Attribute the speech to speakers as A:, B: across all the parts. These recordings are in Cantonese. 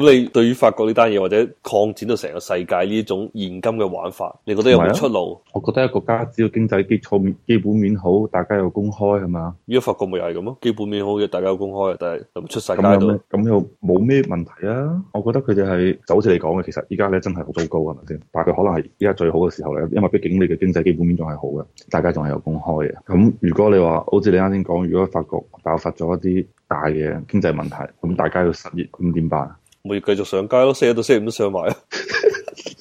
A: 咁你對於法國呢單嘢或者擴展到成個世界呢一種現今嘅玩法，你覺得有
B: 唔係
A: 冇
B: 啊
A: 出路？
B: 我覺得一個國家只要經濟基礎面基本面好，大家有公開係嘛，
A: 而家法國咪又係咁咯，啊基本面好嘅，大家有公開，但係咁出晒街
B: 咁有
A: 度
B: 咩。咁又冇咩問題啊？我覺得佢哋係就好似你講嘅，其實依家咧真係好糟糕係咪先？但係佢可能係依家最好嘅時候咧，因為畢竟你嘅經濟基本面仲係好嘅，大家仲係有公開嘅。咁如果你話好似你啱先講，如果法國爆發咗一啲大嘅經濟問題，咁大家要失業，咁點辦？
A: 咪繼續上街咯，四一到星期五都上 埋。啊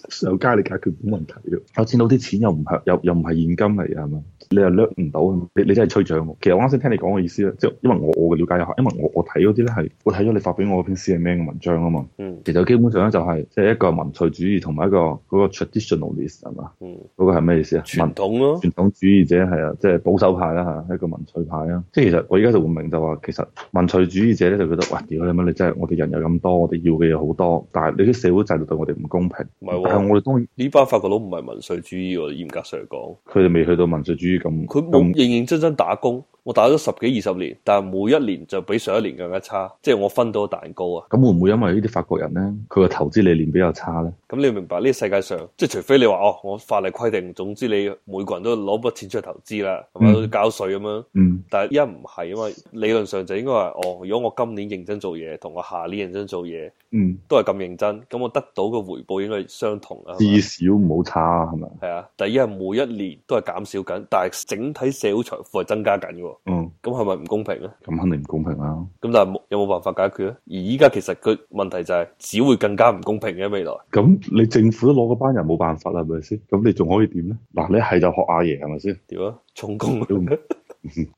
B: 上街你解決唔到問題咯。有錢佬啲錢又唔係又又唔係現金嚟嘅係嘛？你又掠唔到，啊你你真係吹漲喎。其實我啱先聽你講嘅意思咧，即係因為我我嘅了解有限，因為我我睇嗰啲咧係我睇咗你發俾我嗰篇 CMN 嘅文章啊嘛。
A: 嗯
B: 其實基本上咧就係即係一個民粹主義同埋一個嗰、個 traditionalist 係嘛？
A: 嗯，
B: 嗰、個係咩意思啊？
A: 傳統咯，
B: 傳統主義者係啊，即係保守派啦嚇，一個民粹派啦。即係其實我而家就會明就話，其實民粹主義者咧就覺得，哇！屌你媽，你真係我哋人有咁多，我哋要嘅嘢好多，但係你啲社會制度對我哋唔公平。
A: 唔係喎
B: 但係我哋當然
A: 呢班法國佬唔係民粹主義喎，嚴格上嚟講，
B: 佢哋未去到民粹主義咁
A: 佢冇認
B: 咁
A: 認真真打工。我打咗十幾二十年，但係每一年就比上一年更加差，即係我分到個蛋糕啊！
B: 咁會唔會因為呢啲法國人咧，佢嘅投資理念比較差咧？
A: 咁你要明白呢、個世界上，即係除非你話哦，我法例規定，總之你每個人都攞筆錢出去投資啦，係咪、
B: 嗯
A: 好似交税咁樣？
B: 嗯，
A: 但係依家唔係啊嘛，理論上就應該係哦，如果我今年認真做嘢，同我下年認真做嘢
B: 嗯，
A: 都係咁認真，咁我得到嘅回報應該係相同啊。係咪
B: 至少唔好差啊，係咪？
A: 係啊，第一係每一年都係減少緊，但係整體社會財富係增加緊嘅喎，
B: 嗯，
A: 咁係咪唔公平咧？
B: 咁肯定唔公平啦。
A: 咁但係冇有冇辦法解決咧？而依家其實佢問題就係只會更加唔公平嘅未來。
B: 咁你政府都攞嗰班人冇辦法啦，係咪先？咁你仲可以點咧？嗱，你一係就學阿爺係咪先？
A: 點啊？重工
B: 都唔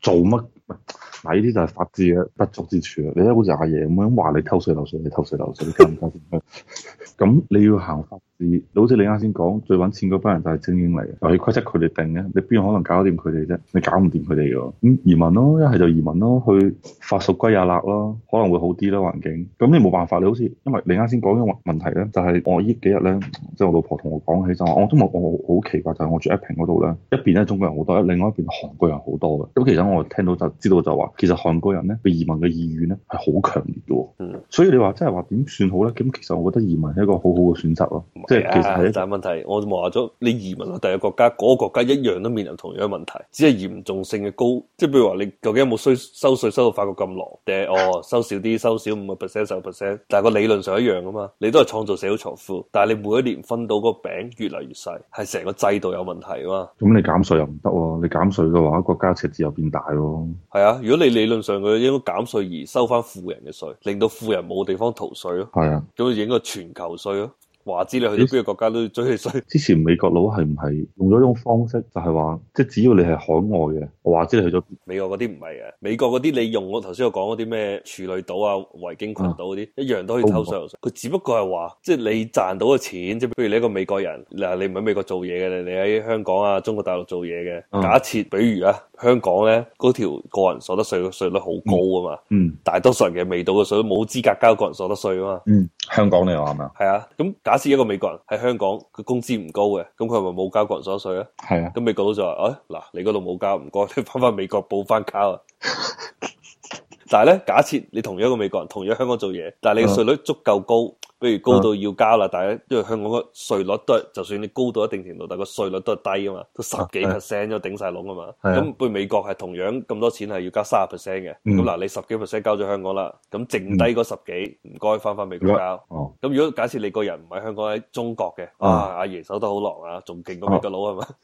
B: 做乜？嗱，呢啲就係法治嘅不足之處啦。你睇好似阿爺咁樣話你偷税漏税，你偷税漏税，你加唔加先？咁你要行法治，你好似你啱先講，最揾錢嗰班人就係精英嚟嘅，遊戲規則佢哋定嘅，你邊可能搞掂佢哋啫？你搞唔掂佢哋嘅喎，咁移民咯，一係就移民咯，去法屬圭亞勒咯，可能會好啲啦環境。咁你冇辦法，你好似因為你啱先講嘅問題咧，就係、我呢幾日咧，即係我老婆同我講起就話，我都冇我好奇怪，就係、我住一平嗰度咧，一邊咧中國人好多，另外一邊韓國人好多嘅。咁其實我聽到就知道就話，其實韓國人咧嘅移民嘅意願咧係好強烈嘅喎。所以你話真係話點算好咧？咁其實我覺得移民係一個好好嘅選擇咯，即係其實係一
A: 嗯但係啊問題，我話咗你移民去第二個國家，嗰、個國家一樣都面臨同樣嘅問題，只係嚴重性嘅高。即係譬如話，你究竟有冇需收税收到法國咁狼？定係哦收少啲，收少五個 percent、十 percent，但係個理論上一樣噶嘛。你都係創造社會財富，但係你每一年分到個餅越嚟越細，係成個制度有問題啊嘛。
B: 咁你減税又唔得喎，你減税嘅話國家赤字又變大咯。
A: 係啊，如果你理論上佢應該減税而收翻富人嘅税，令到富人冇地方逃税咯，
B: 係啊，
A: 咁就影個全球税咯。話知你去到邊個國家都要追你税。
B: 之前美國佬係唔係用咗一種方式，就係話即係只要你係海外嘅，我話知你去咗邊
A: 美國嗰啲唔係嘅，美國嗰啲你用我頭先我講嗰啲咩處女島啊、維京群島嗰啲，一樣都可以偷税漏稅。佢只不過係話，即係你賺到嘅錢，即係譬如你一個美國人，嗱你唔喺美國做嘢嘅，你你喺香港啊、中國大陸做嘢嘅。
B: 嗯
A: 假設比如啊，香港咧嗰條個人所得稅嘅稅率好高啊嘛，
B: 嗯
A: 大多數人嘅未到嘅稅都冇資格交個人所得稅啊嘛。
B: 嗯，香港你話係咪啊？
A: 係啊，咁假設一個美國人喺香港，佢工資唔高嘅，咁佢係咪冇交個人所得稅啊？
B: 係啊，
A: 咁美國佬就話：，哎，嗱，你嗰度冇交，唔該， 你翻翻美國補翻交啊！但係咧，假設你同樣一個美國人，同樣香港做嘢，但係你
B: 嗯
A: 嘅稅率足夠高，比如高到要交啦，但係咧，因為香港個稅率都係，就算你高到一定程度，但係個稅率都係低啊嘛，都十幾
B: 啊
A: percent 都頂晒籠啊嘛。
B: 係啊
A: 咁對美國係同樣咁多錢係要交三十 percent 嘅，
B: 嗯
A: 咁嗱、你十幾 percent 交咗香港啦，咁剩低嗰十幾唔該翻翻美國交。
B: 哦，
A: 咁如果假設你個人唔喺香港喺中國嘅，啊
B: 嗯
A: 阿爺手得好狼啊，仲勁過美國佬係嘛？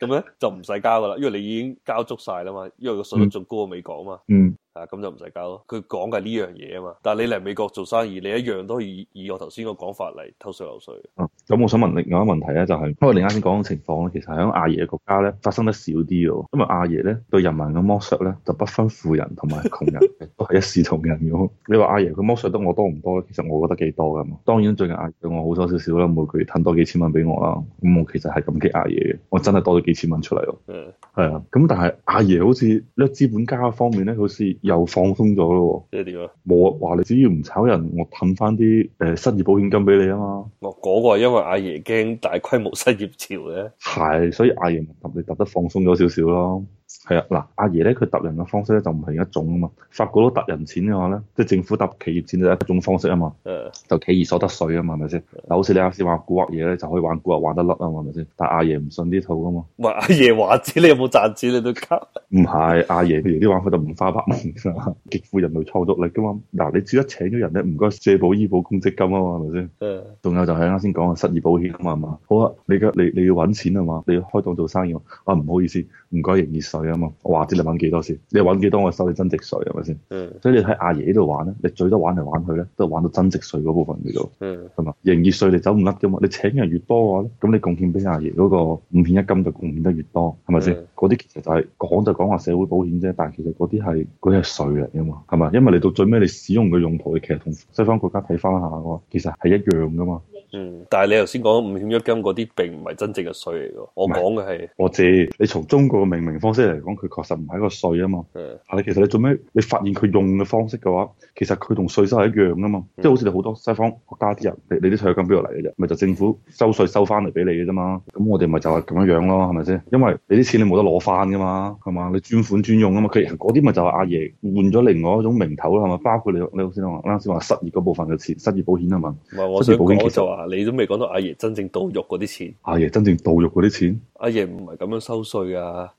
A: 咁咧就唔使交噶啦，因為你已經交足晒啦嘛，因為個稅率仲高過美國啊嘛，
B: 嗯，
A: 啊咁就唔使交咯。佢講嘅係呢樣嘢啊嘛，但係你嚟美國做生意，你一樣都可以以我頭先個講法嚟偷税漏税。
B: 哦咁我想問另外一個問題啊咧，就係因為你啱先講嘅情況咧，其實喺阿爺嘅國家咧發生得少啲嘅喎，因為阿爺咧對人民嘅剝削咧就不分富人同埋窮人， 都係一視同仁嘅喎。你話阿爺佢剝削得我多唔多咧？其實我覺得幾多㗎嘛。當然最近阿爺對我好咗少少啦，每個月褪多幾千蚊俾我啦。咁我其實係感激阿爺嘅，我真係多咗幾千蚊出嚟咯。
A: 嗯，
B: 係啊，咁但係阿爺好似咧資本家方面咧，好似又放鬆咗咯
A: 即係點啊？
B: 喎。冇啊，話你只要唔炒人，我褪翻啲誒失業保險金俾你啊嘛。
A: 我嗰個係因為阿爺驚大規模失業潮咧。
B: 係，所以阿爺咪特你特得放鬆咗少少咯。係啊，嗱，阿爺咧佢揼人嘅方式咧就唔係一種啊嘛，法國佬揼人錢嘅話咧，即係政府揼企業錢就係一種方式啊嘛，
A: 誒
B: 就企業所得税啊嘛，係咪先？嗱，好似你啱先玩古惑嘢咧，就可以玩古惑玩得甩啊嘛，係咪先？但係阿爺唔信呢套噶嘛，
A: 唔係阿爺話知你有冇賺錢，你都交。
B: 唔係阿爺佢哋啲玩法就五花八門㗎嘛，極富人類創造力噶嘛。嗱，你只要一請咗人咧，唔該社保、醫保、公積金啊嘛，係咪先？
A: 誒
B: 仲有就係啱先講嘅失業保險啊嘛，係嘛？好啊，你嘅你你要揾錢啊嘛，你要開檔做生意喎啊，唔好意思，唔該營業税啊嘛，我話知你揾幾多先，你揾幾多我收你增值税係咪先？
A: 嗯
B: 所以你睇阿爺呢度玩咧，你最多玩嚟玩去咧，都係玩到增值税嗰部分嘅啫喎，
A: 嗯
B: 係嘛？營業税你走唔甩噶嘛，你請人越多嘅話咧，咁你貢獻俾阿爺嗰個五險一金就貢獻得越多，係咪先
A: 嗯？
B: 嗰啲其實就係講就講話社會保險啫，但係其實嗰啲係嗰啲係税嚟噶嘛，係咪？因為你到最尾你使用嘅用途，其實同西方國家睇翻下嘅話，其實係一樣噶嘛。
A: 嗯，但係你頭先講五險一金嗰啲並唔係真正嘅税嚟㗎，我講嘅係
B: 我知你從中國嘅命名方式嚟講，佢確實唔係一個税啊嘛。
A: 誒
B: 但係其實你做咩？你發現佢用嘅方式嘅話，其實佢同税收係一樣噶嘛。
A: 嗯
B: 即係好似你好多西方國家啲人，你你啲退休金邊度嚟嘅啫？咪就政府收税收翻嚟俾你嘅啫嘛。咁我哋咪就係咁樣樣咯，係咪先？因為你啲錢你冇得攞翻噶嘛，係嘛？你專款專用啊嘛。佢嗰啲咪就係阿爺換咗另外一種名頭啦，係嘛？包括你你頭先話啱先話失業嗰部分嘅錢，失業保險係嘛？
A: 唔係我
B: 失
A: 想
B: 業保險其
A: 講
B: 實
A: 就話你都未講到阿爺真正到肉嗰啲錢。
B: 阿爺真正盜用嗰啲錢，
A: 阿爺唔係咁樣收税 噶，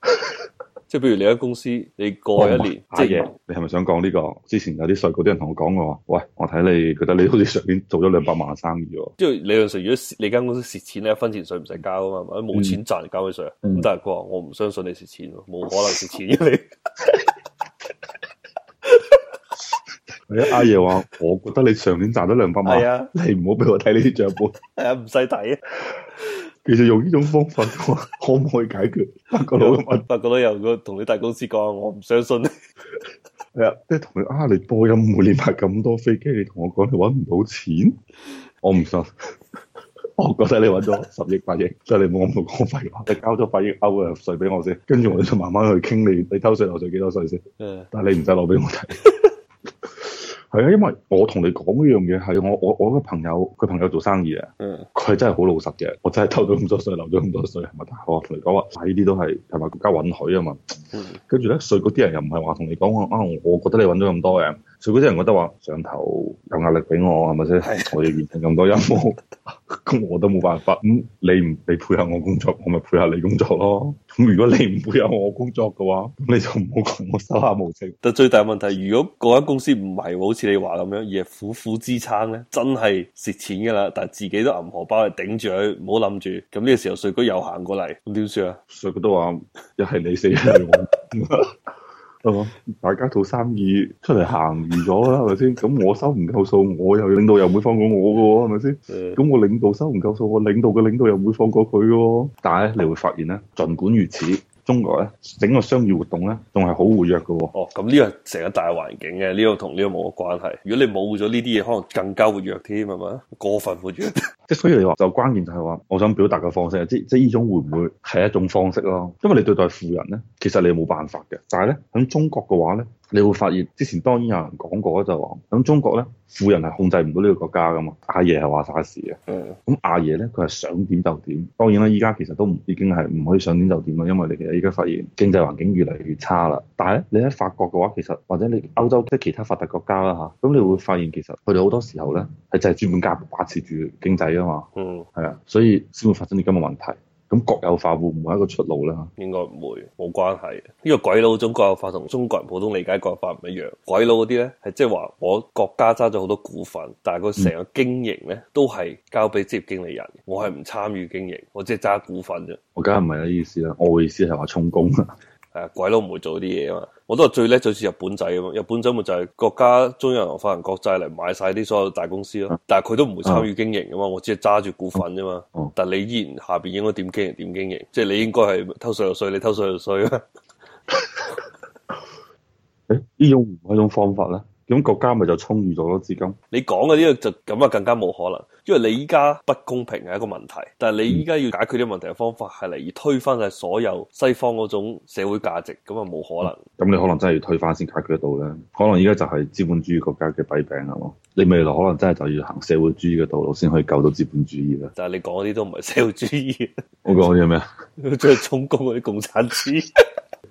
A: 即係譬如你間公司，你過去一年，
B: 阿
A: 即
B: 爺
A: 係，
B: 哦你係咪想講呢、個？之前有啲稅嗰啲人同我講過話，喂，我睇你覺得你好似上年做咗兩百萬生意喎。
A: 即係理論上，如果蝕你間公司蝕錢咧，一分錢税唔使交啊嘛，係咪冇錢賺交咩税啊？
B: 嗯
A: 咁但係佢話我唔相信你蝕錢喎，冇可能蝕 錢嘅你。
B: 係啊阿爺話，我覺得你上年賺咗兩百 萬，
A: 係啊
B: 你唔好俾我睇呢啲帳本。
A: 係啊，唔使睇啊。
B: 其實用呢種方法嘅話， 可唔可以解決 法國佬嘅問題？
A: 發覺到有個同你大公司講，我唔相信你。
B: 係啊，即係同佢啊，你波音每年買咁多飛機，你同我講你揾唔到錢，我唔信。 我覺得你揾咗十億八億，即係你冇咁講廢話，你交咗八億歐嘅税俾我先，跟住我哋就慢慢去傾你你偷税漏稅幾多税先。
A: 誒
B: 但係你唔使攞俾我睇。係啊，因為我同你講嗰樣嘢係我我我個朋友，佢朋友做生意啊，
A: 嗯
B: 佢係真係好老實嘅。我真係偷咗咁多税，留咗咁多税，係咪？但係我同你講話，呢啲都係係咪國家允許啊嘛？
A: 嗯
B: 跟住咧，税嗰啲人又唔係話同你講話啊，我覺得你揾咗咁多嘅，税嗰啲人覺得話上頭有壓力俾我係咪先？我要完成咁多任務， 咁我都冇辦法。咁你唔你配合我工作，我咪配合你工作咯。咁如果你唔配合我工作嘅話，咁你就唔好講我手下無情。
A: 但最大問題，如果嗰間公司唔係喎好似你話咁樣，而係苦苦支撐咧，真係蝕錢㗎啦。但係自己都揞荷包係頂住佢，唔好諗住。咁呢個時候稅局又行過嚟，咁點算啊？
B: 所以佢都話：一係你死，一係我。係嘛？大家做生意出嚟行預咗啦，係咪先？咁我收唔夠數，我又領導又唔會放過我嘅喎，係咪先？
A: 誒
B: 咁我領導收唔夠數，我領導嘅領導又唔會放過佢嘅喎。但係咧，你會發現咧，儘管如此，中國咧整個商業活動咧仲係好活躍嘅喎。
A: 哦，咁呢個係成個大環境嘅，呢個同呢個冇乜關係。如果你冇咗呢啲嘢，可能更加活躍添，係嘛？過分活躍。
B: 即係所以你話就關鍵就係話，我想表達嘅方式啊，即即呢種會唔會係一種方式咯？因為你對待富人咧，其實你冇辦法嘅。但係咧喺中國嘅話咧，你會發現之前當然有人講過就話，喺中國咧富人係控制唔到呢個國家噶嘛，阿爺係話晒事嘅。
A: 嗯
B: 咁阿爺咧，佢係想點就點。當然啦，依家其實都唔已經係唔可以想點就點啦，因為你其實依家發現經濟環境越嚟越差啦。但係咧，你喺法國嘅話，其實或者你歐洲即係其他發達國家啦嚇，咁你會發現其實佢哋好多時候咧係就係專門夾把持住經濟啊嘛，
A: 嗯，
B: 係啊，所以先會發生啲咁嘅問題。咁國有化會唔會係一個出路咧？
A: 應該唔會冇關係嘅。呢個鬼佬種國有化同中國人普通理解國有化唔一樣。鬼佬嗰啲咧係即係話我國家揸咗好多股份，但係佢成個經營咧都係交俾職業經理人，我係唔參與經營，我只係揸股份啫。
B: 我梗係唔係呢意思啦，我嘅意思係話充公 啦。
A: 係啊，鬼佬唔會做啲嘢啊嘛！我都話最叻就好似日本仔咁啊，日本仔咪就係國家中央銀行發行國債嚟買晒啲所有大公司咯，但係佢都唔會參與經營噶嘛，我只係揸住股份啫嘛
B: 嗯。
A: 但係你依然下邊應該點經營點經營，即係你應該係偷稅漏稅，你偷稅漏稅啊！
B: 誒，呢種會唔會係一種方法咧？咁國家咪就充裕咗咯資金。
A: 你講嘅呢個就咁啊，更加冇可能，因為你依家不公平係一個問題，但係你依家要解決呢個問題嘅方法係嚟而推翻晒所有西方嗰種社會價值，咁啊冇可能。
B: 咁你可能真係要推翻先解決得到咧。可能依家就係資本主義國家嘅弊病啦喎。你未來可能真係就要行社會主義嘅道路先可以救到資本主義啦。
A: 但係你講嗰啲都唔係社會主義，
B: 我講啲咩啊？
A: 即係充公嗰啲共產主義。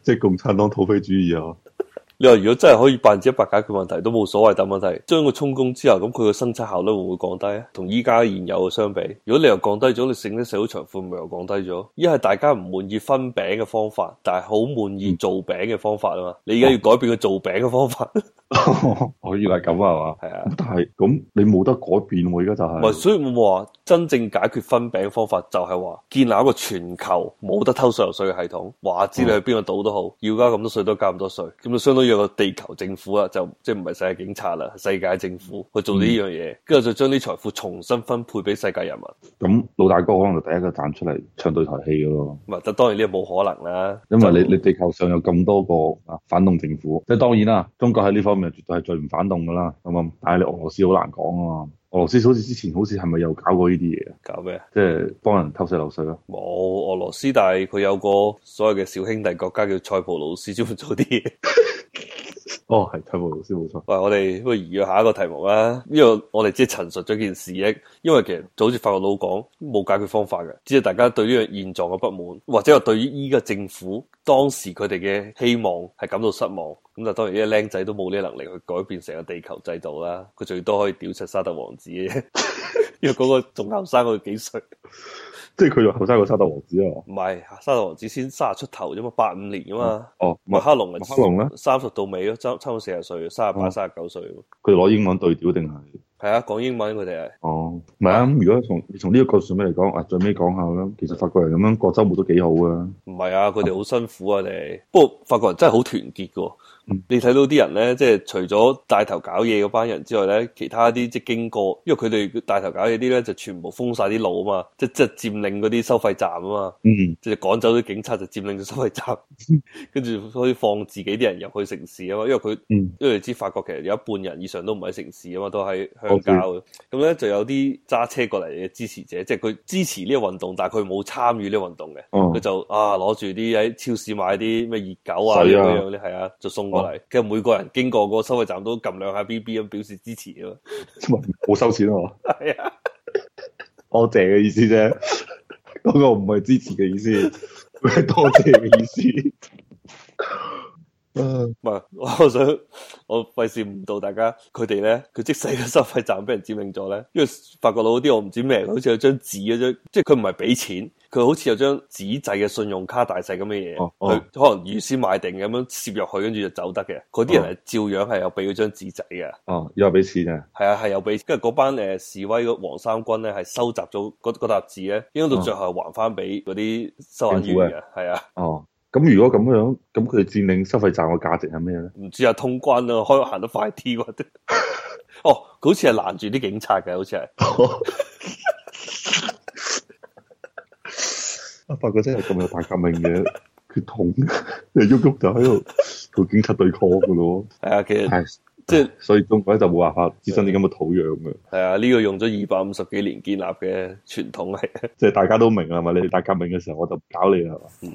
B: 即係共產黨土匪主義 啊！
A: 你話如果真係可以百分之一百解決問題都冇所謂，但問題將佢充公之後，咁佢嘅生產效率會唔會降低啊？同依家現有嘅相比，如果你又降低咗，你剩啲社會財富咪又降低咗？一係大家唔滿意分餅嘅方法，但係好滿意做餅嘅方法啊嘛。你而家要改變佢做餅嘅方法，
B: 可以係咁啊嘛。
A: 係啊。
B: 咁但係咁你冇得改變喎，而家就
A: 唔
B: 係、
A: 係，所以我話真正解決分餅方法就係話建立一個全球冇得偷上游稅嘅系統，話知你去邊個島都好，要交咁多稅都交咁多稅，咁就相當於有個地球政府啦，就即係唔係世界警察啦，世界政府去做呢樣
B: 嗯
A: 嘢，跟住就將啲財富重新分配俾世界人民。
B: 咁老大哥可能就第一個站出嚟唱對台戲嘅咯。
A: 唔啊係，但當然呢個冇可能啦，
B: 因為
A: 就
B: 你你地球上有咁多個啊反動政府，即係當然啦，中國喺呢方面絕對係最唔反動噶啦，咁啊，但係你俄羅斯好難講啊嘛，俄羅斯好似之前好似係咪又搞過呢啲嘢啊，
A: 搞咩？
B: 即係幫人偷税漏税咯，
A: 冇俄羅斯，但係佢有個所謂嘅小兄弟國家叫塞浦路斯，專門做啲嘢。
B: 哦係推俄羅斯冇錯，
A: 喂，我哋不如移咗下一個題目啦，因為我哋只係陳述咗件事啫。因為其實就好似法國佬講，冇解決方法嘅，只係大家對呢樣現狀嘅不滿，或者係對於依個政府當時佢哋嘅希望係感到失望。咁就當然呢個僆仔都冇呢個能力去改變成個地球制度啦，佢最多可以屌出沙特王子嘅啫， 因為嗰個仲後生佢幾歲？
B: 即係佢就後生過沙特王子啊，
A: 唔係沙特王子先卅出頭啫嘛，八五年啊嘛。
B: 哦，唔
A: 麥
B: 係
A: 克龍
B: 麥克龍啊咧，
A: 三十到尾咯，差差唔多四十歲，三十八、
B: 嗯
A: 三十九歲喎。
B: 佢攞英文對調定係？
A: 係啊，講英文佢哋係。
B: 哦，唔係啊！咁如果從從呢個角度上面嚟講，啊最尾講下啦，其實法國人咁樣過周末都幾好啊。
A: 唔係啊，佢哋好辛苦啊！你不過法國人真係好團結噶
B: 嗯。
A: 你睇到啲人咧，即係除咗帶頭搞嘢嗰班人之外咧，其他啲即係經過，因為佢哋帶頭搞嘢啲咧就全部封晒啲路啊嘛，即係即係佔領嗰啲收費站啊嘛，
B: 嗯，
A: 即係趕走啲警察就佔領咗收費 站，跟住可以放自己啲人入去城市啊嘛，因為佢
B: 嗯
A: 因為你知法國其實有一半人以上都唔喺城市啊嘛，都喺鄉郊嘅。咁咧就有啲揸車過嚟嘅支持者，即係佢支持呢個運動，但係佢冇參與呢個運動嘅。
B: 哦
A: 佢，就啊攞住啲喺超市買啲咩熱狗啊咁
B: 水啊
A: 樣咧，係啊，就送過嚟。跟住每個人經過個收費站都撳兩下 B B 咁表示支持啊嘛。
B: 冇收錢 喎，
A: 係啊，
B: 多謝嘅意思啫。 嗰個唔係支持嘅意 思，係多謝嘅意思。啊
A: 唔係我想我費事誤導大家，佢哋咧佢即使個收費站俾人佔領咗咧，因為法國佬嗰啲我唔知咩，好似有張紙嗰張，即係佢唔係俾錢。佢好似有張紙製嘅信用卡大細咁嘅嘢，佢、
B: 哦哦
A: 可能預先買定咁樣攝入去，跟住就走得嘅。嗰啲人係照樣係有俾嗰張紙仔嘅。
B: 哦，要話俾錢啊，
A: 係啊，係有俾，跟住嗰班誒示威嘅黃衫軍咧，係收集咗嗰嗰沓紙咧，應該到最後係還翻俾嗰啲收銀員嘅，係啊，
B: 哦，咁如果咁樣，咁佢佔領收費站嘅價值係咩咧？
A: 唔知啊通關啊，開行得快啲喎，啲 哦，佢好似係攔住啲警察嘅，好似係，
B: 啊，法國真係咁有大革命嘅血統， 你喐喐就喺度同警察對抗嘅咯。
A: 係啊，其實
B: 係，
A: 即係
B: 所以中國咧就冇辦法滋生啲咁嘅土壤嘅，
A: 係啊，呢個用咗二百五十幾年建立嘅傳統嚟，
B: 啊即係大家都明啦，係咪？你哋大革命嘅時候我就唔搞你啦，係嘛？